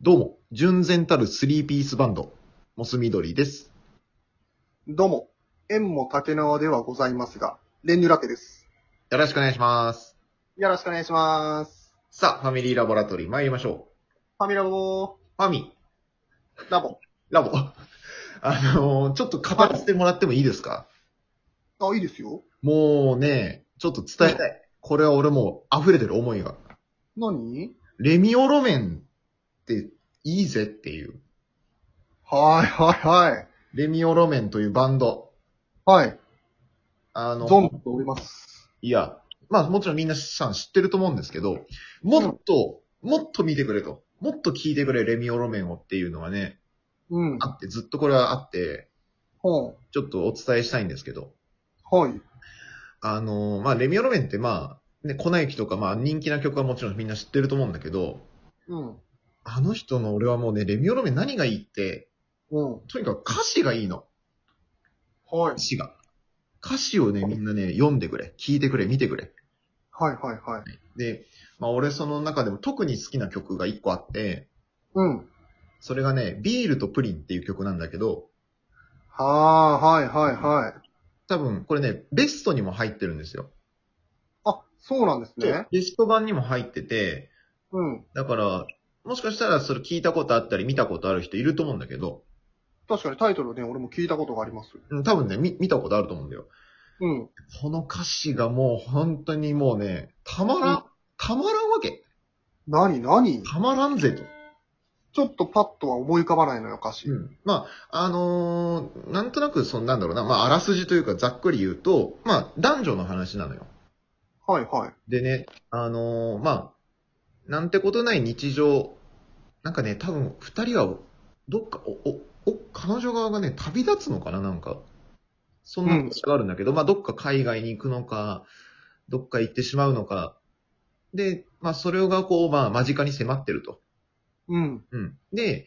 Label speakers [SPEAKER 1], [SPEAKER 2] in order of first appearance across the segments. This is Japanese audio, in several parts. [SPEAKER 1] どうも、純然たるスリーピースバンド、モス緑です。
[SPEAKER 2] どうも、縁も竹縄ではございますが、練乳ラテです。
[SPEAKER 1] よろしくお願いします。
[SPEAKER 2] よろしくお願いします。
[SPEAKER 1] さあ、ファミリーラボラトリー参りましょ
[SPEAKER 2] ファミラボ
[SPEAKER 1] う。ファミ、
[SPEAKER 2] ー、ラボ。
[SPEAKER 1] ラボ。 あのーちょっと語らせてもらってもいいですか
[SPEAKER 2] あ、いいですよ。
[SPEAKER 1] もうね、ちょっと伝えたい。これは俺もう溢れてる思いが。
[SPEAKER 2] 何
[SPEAKER 1] レミオロメンっていいぜっていう。
[SPEAKER 2] はいはいはい。
[SPEAKER 1] レミオロメンというバンド。
[SPEAKER 2] はい。
[SPEAKER 1] あの、
[SPEAKER 2] ゾンビとおります。
[SPEAKER 1] いや、まあもちろんみんなさん知ってると思うんですけど、もっと、もっと見てくれと。もっと聞いてくれ、レミオロメンをっていうのがね、
[SPEAKER 2] うん。
[SPEAKER 1] あって、ずっとこれはあって、
[SPEAKER 2] ほ
[SPEAKER 1] ちょっとお伝えしたいんですけど、
[SPEAKER 2] う。はい。
[SPEAKER 1] あのー、まあレミオロメンってまあ、ね、粉雪とかまあ人気な曲はもちろんみんな知ってると思うんだけど、
[SPEAKER 2] うん。
[SPEAKER 1] あの人の俺はもうね、レミオロメン何がいいって、
[SPEAKER 2] うん。
[SPEAKER 1] とにかく歌詞がいいの。
[SPEAKER 2] はい
[SPEAKER 1] 歌。詞が。歌詞をね、みんなね、読んでくれ。聞いてくれ、見てくれ。
[SPEAKER 2] はいはいはい。
[SPEAKER 1] で、まあ俺その中でも特に好きな曲が一個あって、
[SPEAKER 2] うん。
[SPEAKER 1] それがね、ビールとプリンっていう曲なんだけど、
[SPEAKER 2] はー、はいはいはい。
[SPEAKER 1] 多分これね、ベストにも入ってるんですよ。
[SPEAKER 2] あ、そうなんですね。
[SPEAKER 1] ベスト版にも入ってて、
[SPEAKER 2] うん。
[SPEAKER 1] だから、もしかしたらそれ聞いたことあったり見たことある人いると思うんだけど、
[SPEAKER 2] 確かにタイトルね、俺も聞いたことがあります。
[SPEAKER 1] うん多分ね、見見たことあると思うんだよ。
[SPEAKER 2] うん。
[SPEAKER 1] この歌詞がもう本当にもうね、たまら
[SPEAKER 2] うん
[SPEAKER 1] ん、たまらんわけ。
[SPEAKER 2] 何何
[SPEAKER 1] たまらんぜと。
[SPEAKER 2] ちょっとパッとは思い浮かばないのよ、歌詞。
[SPEAKER 1] うん。まあ、あのーなんとなくそんなんだろうな、まあ、あらすじというかざっくり言うと、まあ、男女の話なのよ。
[SPEAKER 2] はいはい。
[SPEAKER 1] でね、あのーまあ、なんてことない日常、なんかね、多分二人は、どっか、お、お、お、彼女側がね、旅立つのかな、なんか。そんな話があるんだけど、まあ、どっか海外に行くのか、どっか行ってしまうのか。で、まあ、それがこう、まあ、間近に迫ってると。
[SPEAKER 2] うん。
[SPEAKER 1] うん。で、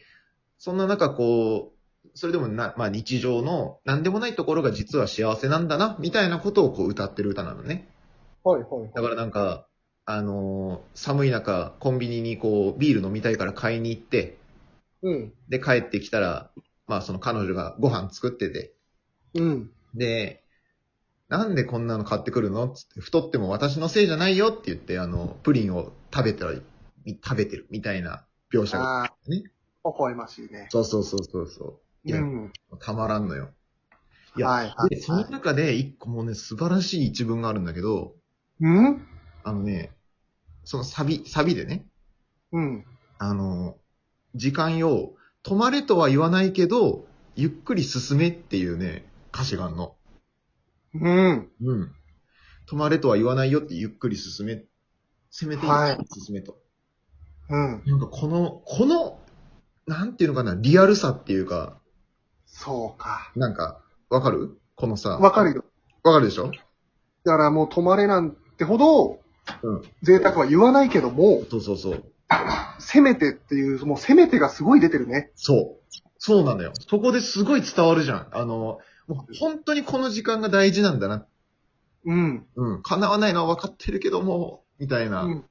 [SPEAKER 1] そんな中、こう、それでもな、まあ、日常の、なんでもないところが実は幸せなんだな、みたいなことをこう、歌ってる歌なのね。
[SPEAKER 2] はいはい。
[SPEAKER 1] だからなんか、あのー寒い中、コンビニにこう、ビール飲みたいから買いに行って、
[SPEAKER 2] うん。
[SPEAKER 1] で、帰ってきたら、まあその彼女がご飯作ってて、
[SPEAKER 2] うん。
[SPEAKER 1] で、なんでこんなの買ってくるのつって、太っても私のせいじゃないよって言って、あの、プリンを食べたり、食べてるみたいな描写が。
[SPEAKER 2] ああ、
[SPEAKER 1] ね
[SPEAKER 2] 微笑ましいね。
[SPEAKER 1] そうそうそうそうそう。いや、
[SPEAKER 2] うん。
[SPEAKER 1] たまらんのよ。いや
[SPEAKER 2] はいはい
[SPEAKER 1] で、その
[SPEAKER 2] はい。
[SPEAKER 1] 中で一個もね、素晴らしい一文があるんだけど、
[SPEAKER 2] うん
[SPEAKER 1] あのね、そのサビ、サビでね、
[SPEAKER 2] うん。
[SPEAKER 1] あの、時間よ、止まれとは言わないけど、ゆっくり進めっていうね、歌詞があるの。
[SPEAKER 2] うん。
[SPEAKER 1] うん。止まれとは言わないよってゆっくり進め、せめてゆ
[SPEAKER 2] はい
[SPEAKER 1] っくり進めと。
[SPEAKER 2] うん。
[SPEAKER 1] なんかこの、この、なんていうのかな、リアルさっていうか、
[SPEAKER 2] そうか。
[SPEAKER 1] なんか、わかるこのさ。
[SPEAKER 2] わかるよ。
[SPEAKER 1] わかるでしょ
[SPEAKER 2] だからもう止まれなんてほど、
[SPEAKER 1] うん
[SPEAKER 2] 贅沢は言わないけども、
[SPEAKER 1] そうそうそう。
[SPEAKER 2] せめてっていう、もうせめてがすごい出てるね。
[SPEAKER 1] そう。そうなのよ。そこですごい伝わるじゃん。あの、もう本当にこの時間が大事なんだな。
[SPEAKER 2] うん。
[SPEAKER 1] うん。叶わないのはわかってるけども、みたいな。
[SPEAKER 2] うん。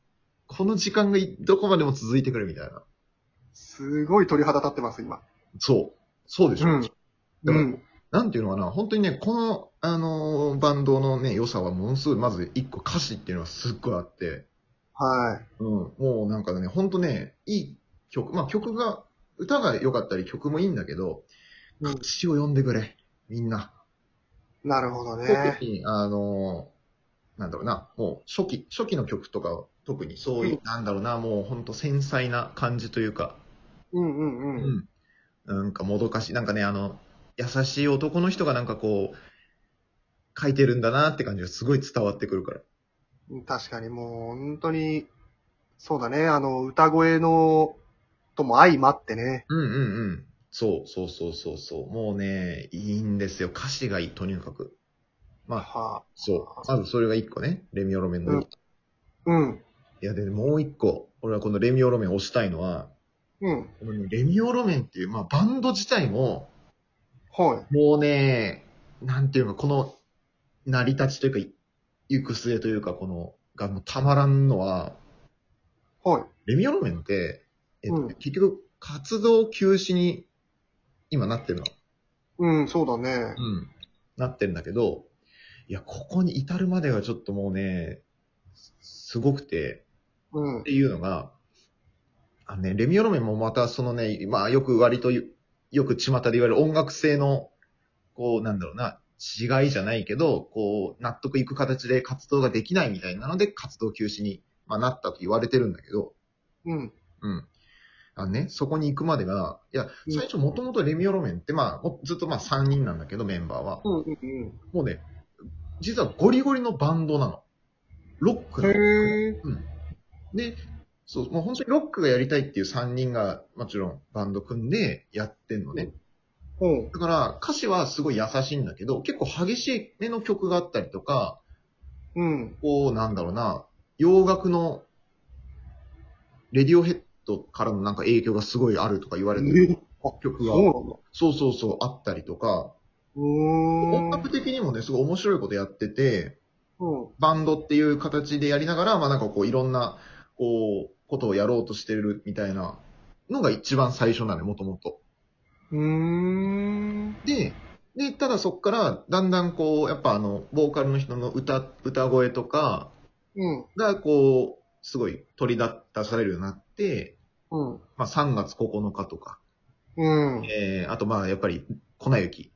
[SPEAKER 1] この時間がいどこまでも続いてくるみたいな。
[SPEAKER 2] すごい鳥肌立ってます、今。
[SPEAKER 1] そう。そうでし
[SPEAKER 2] う
[SPEAKER 1] ょ。
[SPEAKER 2] ん。うん。
[SPEAKER 1] なんていうのかな。本当にね、この、あのーバンドのね、良さはものすごい、まず一個歌詞っていうのはすっごいあって。
[SPEAKER 2] はい。
[SPEAKER 1] うん。もうなんかね、本当ね、いい曲、まあ曲が、歌が良かったり曲もいいんだけど、
[SPEAKER 2] うん
[SPEAKER 1] 歌詞を読んでくれ。みんな。
[SPEAKER 2] なるほどね
[SPEAKER 1] 特。に、あのーなんだろうな、もう初期、初期の曲とかは特にそういう、
[SPEAKER 2] う
[SPEAKER 1] なんだろうな、もう本当繊細な感じというか、
[SPEAKER 2] うんうんうん。
[SPEAKER 1] うん。なんかもどかしい。なんかね、あの、優しい男の人がなんかこう、書いてるんだなって感じがすごい伝わってくるから。
[SPEAKER 2] 確かにもう、本当に、そうだね。あの、歌声の、とも相まってね。
[SPEAKER 1] うんうんうん。そうそうそうそうそう。もうね、いいんですよ。歌詞がいい、とにかく。まあ、
[SPEAKER 2] はあ、
[SPEAKER 1] そう。まずそれが一個ね。レミオロメンの。
[SPEAKER 2] うん
[SPEAKER 1] い
[SPEAKER 2] うん。
[SPEAKER 1] や、で、もう一個、俺はこのレミオロメンを推したいのは、
[SPEAKER 2] うん。
[SPEAKER 1] このレミオロメンっていう、まあ、バンド自体も、
[SPEAKER 2] はい。
[SPEAKER 1] もうね、なんていうか、この、成り立ちというか、行く末というか、この、がもうたまらんのは、
[SPEAKER 2] はい。
[SPEAKER 1] レミオロメンって、えっと
[SPEAKER 2] うん
[SPEAKER 1] 結局、活動休止に今なってるの。
[SPEAKER 2] うん、そうだね。
[SPEAKER 1] うん。なってるんだけど、いや、ここに至るまでがちょっともうね、すごくて、
[SPEAKER 2] うん
[SPEAKER 1] っ。ていうのが、あのね、レミオロメンもまたそのね、まあよく割とよよく巷で言われる音楽性の、こうなんだろうな、違いじゃないけど、こう納得いく形で活動ができないみたいなので活動休止に、まあ、なったと言われてるんだけど、
[SPEAKER 2] うん。
[SPEAKER 1] うん。あのね、そこに行くまでが、いや、
[SPEAKER 2] うん
[SPEAKER 1] 最初もともとレミオロメンってまあもずっとまあ3人なんだけどメンバーは、
[SPEAKER 2] うん。うん。
[SPEAKER 1] もうね、実はゴリゴリのバンドなの。ロック
[SPEAKER 2] へ
[SPEAKER 1] の。
[SPEAKER 2] え。
[SPEAKER 1] で、そう、もう本当にロックがやりたいっていう3人が、もちろんバンド組んでやってんのね。
[SPEAKER 2] う
[SPEAKER 1] だ
[SPEAKER 2] ん。
[SPEAKER 1] から、歌詞はすごい優しいんだけど、結構激しめの曲があったりとか、
[SPEAKER 2] うん。
[SPEAKER 1] こう、なんだろうな、洋楽の、レディオヘッドからのなんか影響がすごいあるとか言われて
[SPEAKER 2] え
[SPEAKER 1] る曲
[SPEAKER 2] そう
[SPEAKER 1] が、
[SPEAKER 2] なんだ。
[SPEAKER 1] そうそうそう、あったりとか、
[SPEAKER 2] うーん。
[SPEAKER 1] 音楽的にもね、すごい面白いことやってて、
[SPEAKER 2] うん。
[SPEAKER 1] バンドっていう形でやりながら、まあなんかこういろんな、こう、ことをやろうとしてるみたいなのが一番最初なのよ、もともと。
[SPEAKER 2] うーん。
[SPEAKER 1] で、で、ただそっから、だんだんこう、やっぱあの、ボーカルの人の歌、歌声とか
[SPEAKER 2] うん。
[SPEAKER 1] がこう、すごい取り出されるようになって、
[SPEAKER 2] うん。
[SPEAKER 1] まあ3月9日とか、
[SPEAKER 2] うん。
[SPEAKER 1] えー、あとまあやっぱり、粉雪。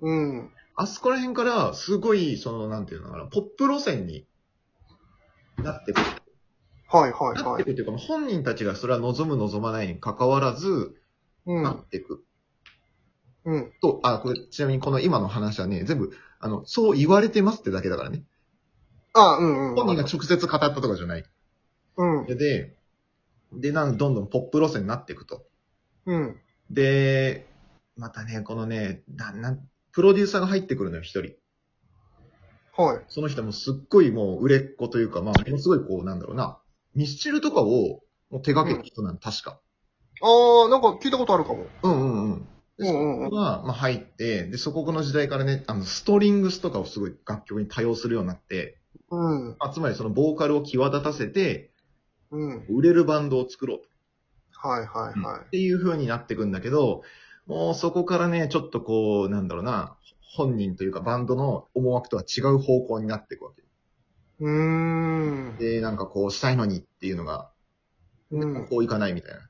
[SPEAKER 2] うん。
[SPEAKER 1] あそこら辺から、すごい、その、なんていうのかな、ポップ路線になってくる。
[SPEAKER 2] はいはい
[SPEAKER 1] なっ
[SPEAKER 2] は
[SPEAKER 1] て
[SPEAKER 2] い
[SPEAKER 1] く。るというか、本人たちがそれは望む望まないに関わらず、
[SPEAKER 2] う。
[SPEAKER 1] なんっていく。
[SPEAKER 2] うん。
[SPEAKER 1] と、あ、これ、ちなみにこの今の話はね、全部、あの、そう言われてますってだけだからね。
[SPEAKER 2] あ、うんうん。
[SPEAKER 1] 本人が直接語ったとかじゃない。
[SPEAKER 2] うん。
[SPEAKER 1] で、で、なんどんどんポップ路線になっていくと。
[SPEAKER 2] うん。
[SPEAKER 1] で、またね、このね、な、なん、プロデューサーが入ってくるのよ、一人。
[SPEAKER 2] はい。
[SPEAKER 1] その人もすっごいもう売れっ子というか、まあ、ものすごいこう、なんだろうな、ミスチルとかをもう手掛けた人なの、確か。
[SPEAKER 2] ああ、なんか聞いたことあるかも。
[SPEAKER 1] うんうんうん。で
[SPEAKER 2] う
[SPEAKER 1] そ
[SPEAKER 2] んうんうん
[SPEAKER 1] こが、まあ、入って、で、そこの時代からね、あの、ストリングスとかをすごい楽曲に多用するようになって、
[SPEAKER 2] うん。
[SPEAKER 1] まあ、つまりそのボーカルを際立たせて、
[SPEAKER 2] うん。
[SPEAKER 1] 売れるバンドを作ろう
[SPEAKER 2] はいはいは
[SPEAKER 1] っていう風になってくんだけど、もうそこからね、ちょっとこう、なんだろうな、本人というかバンドの思惑とは違う方向になっていくわけ。
[SPEAKER 2] い。うーん。
[SPEAKER 1] で、なんかこうしたいのにっていうのが、
[SPEAKER 2] うん。
[SPEAKER 1] こういかないみたいな。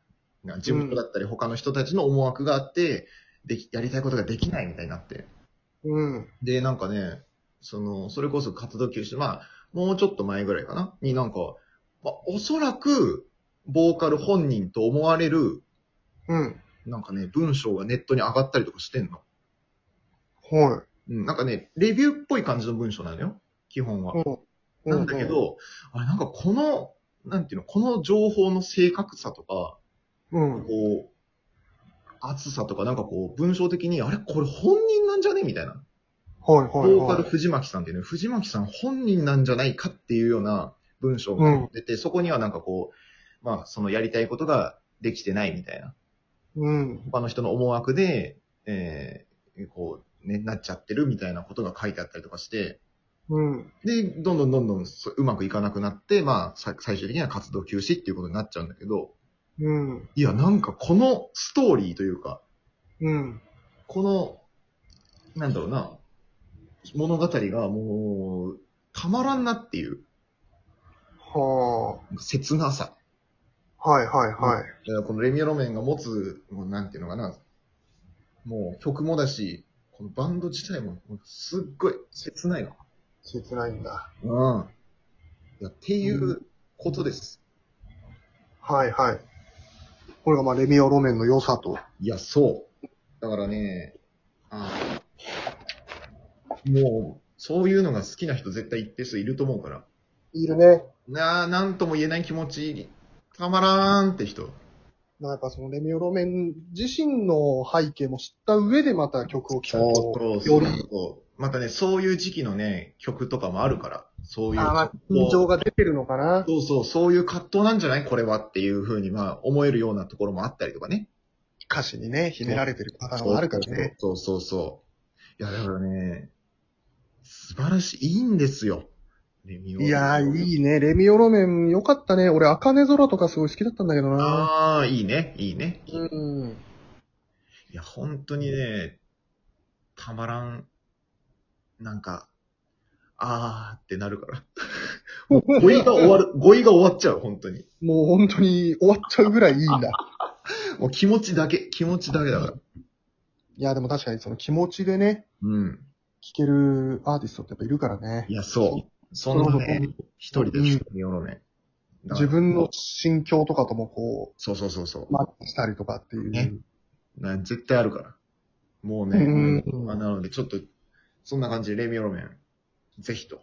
[SPEAKER 1] なんか事務所だったり他の人たちの思惑があって、でき、やりたいことができないみたいになって。
[SPEAKER 2] うん。
[SPEAKER 1] で、なんかね、その、それこそ活動休止、まあ、もうちょっと前ぐらいかな、になんか、まあ、おそらく、ボーカル本人と思われる、
[SPEAKER 2] うん。
[SPEAKER 1] なんかね、文章がネットに上がったりとかしてんの。
[SPEAKER 2] は
[SPEAKER 1] うん、なんかね、レビューっぽい感じの文章なのよ、基本は。
[SPEAKER 2] い。う
[SPEAKER 1] なんだけ。ど、あれ、なんかこの、なんていうの、この情報の正確さとか、
[SPEAKER 2] うん。
[SPEAKER 1] こう、厚さとか、なんかこう、文章的に、あれ、これ本人なんじゃねみたいな。
[SPEAKER 2] はい
[SPEAKER 1] ボ
[SPEAKER 2] はい
[SPEAKER 1] ーカ
[SPEAKER 2] は
[SPEAKER 1] ル
[SPEAKER 2] い。
[SPEAKER 1] 藤巻さんっていうね、藤巻さん本人なんじゃないかっていうような文章
[SPEAKER 2] う
[SPEAKER 1] が
[SPEAKER 2] ん
[SPEAKER 1] 出て、そこにはなんかこう、まあ、そのやりたいことができてないみたいな、
[SPEAKER 2] うん。
[SPEAKER 1] 他の人の思惑で、えー、こう、ね、なっちゃってるみたいなことが書いてあったりとかして、
[SPEAKER 2] うん。
[SPEAKER 1] で、どんどんどんどんそうまくいかなくなって、まあ、さ最終的には活動休止っていうことになっちゃうんだけど、
[SPEAKER 2] うん。
[SPEAKER 1] いや、なんかこのストーリーというか、
[SPEAKER 2] うん。
[SPEAKER 1] この、なんだろうな、物語がもう、たまらんなっていう。
[SPEAKER 2] は
[SPEAKER 1] 切なさ。
[SPEAKER 2] あ。はいはいはい。
[SPEAKER 1] だからこのレミオロメンが持つ、もうなんていうのかな、もう曲もだし、このバンド自体ももうすっごい切ないの。
[SPEAKER 2] 切ないんだ。
[SPEAKER 1] うん。いやっていううことです。
[SPEAKER 2] はいはい。これがまあ、レミオロメンの良さと。
[SPEAKER 1] いや、そう。だからね、あもう、そういうのが好きな人絶対一定数いると思うから。
[SPEAKER 2] いるね。
[SPEAKER 1] なあ、なんとも言えない気持ち、たまらーんって人。
[SPEAKER 2] まあやっぱそのレミオロメン自身の背景も知った上でまた曲を聴くと、
[SPEAKER 1] そ
[SPEAKER 2] よ
[SPEAKER 1] う
[SPEAKER 2] り、
[SPEAKER 1] そう。またね、そういう時期のね、曲とかもあるから、そういう。
[SPEAKER 2] あまあ緊張が出てるのかな。
[SPEAKER 1] そうそう、そういう葛藤なんじゃないこれはっていうふうに、まあ、思えるようなところもあったりとかね。
[SPEAKER 2] 歌詞にね、秘められてるパターンもあるからね。。
[SPEAKER 1] そうそうそう。いや、だからね、素晴らしい、いいんですよ。レミオロメン。
[SPEAKER 2] いやー、いいね。レミオロメン、よかったね。俺、赤根空とかすごい好きだったんだけどな。
[SPEAKER 1] ああ、いいね、いいね。い
[SPEAKER 2] うん。
[SPEAKER 1] や、本当にね、たまらん、なんか、あーってなるから。 もう語彙が終わる、語彙が終わっちゃう、本当に。
[SPEAKER 2] もう本当に終わっちゃうぐらいいいんだ。
[SPEAKER 1] もう気持ちだけ、気持ちだけだから。
[SPEAKER 2] いや、でも確かにその気持ちでね、
[SPEAKER 1] うん。
[SPEAKER 2] 聴けるアーティストってやっぱいるからね
[SPEAKER 1] い。や、そう。そんな
[SPEAKER 2] そ
[SPEAKER 1] ね
[SPEAKER 2] う、
[SPEAKER 1] 一人でレミオロメン。だから
[SPEAKER 2] 自分の。心境とかともこ
[SPEAKER 1] そうそうそうそう
[SPEAKER 2] う、。マッチしたりとかっていう。
[SPEAKER 1] ねな絶対あるから。もうね、
[SPEAKER 2] うん
[SPEAKER 1] まあなのでちょっと、そんな感じでレミオロメン、ぜひと。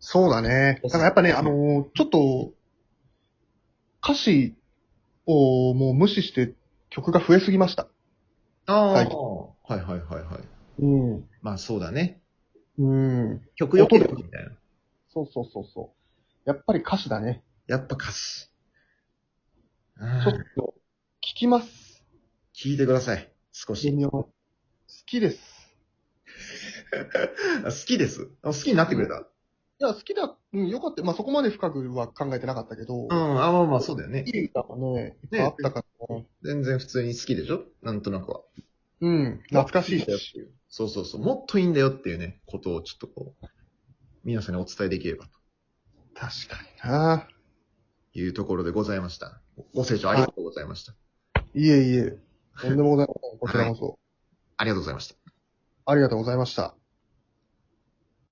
[SPEAKER 2] そうだね。だからやっぱね、あのーちょっと、歌詞をもう無視して曲が増えすぎました。
[SPEAKER 1] ああ、
[SPEAKER 2] は
[SPEAKER 1] はいい、はいはいはいはい。
[SPEAKER 2] うん。
[SPEAKER 1] まあそうだね。
[SPEAKER 2] うん。
[SPEAKER 1] 曲よければみたいな。
[SPEAKER 2] そうそうそうそう。やっぱり歌詞だね。
[SPEAKER 1] やっぱ歌詞。う
[SPEAKER 2] ちょっ
[SPEAKER 1] ん、
[SPEAKER 2] と、聞きます。
[SPEAKER 1] 聞いてください。少し。
[SPEAKER 2] 微妙。好きです。
[SPEAKER 1] 好きです。あ好きになってくれた。
[SPEAKER 2] いや、好きだ、うん、よかった。まあ、そこまで深くは考えてなかったけど、
[SPEAKER 1] うん、あまあまあそうだよね
[SPEAKER 2] い。い歌がね、いっぱいあったから、ね、
[SPEAKER 1] 全然普通に好きでしょなんとなくは。
[SPEAKER 2] うん、懐かし
[SPEAKER 1] もっとん
[SPEAKER 2] い
[SPEAKER 1] だよ
[SPEAKER 2] し。
[SPEAKER 1] っていうそうそうそう。もっといいんだよっていうね、ことをちょっとこう、皆さんにお伝えできればと
[SPEAKER 2] 確かにな
[SPEAKER 1] いうところでございました。ご清聴ありがとうございました。
[SPEAKER 2] いえいえ、とんでもございません。こちらこそ、
[SPEAKER 1] ありがとうございました。
[SPEAKER 2] ありがとうございました。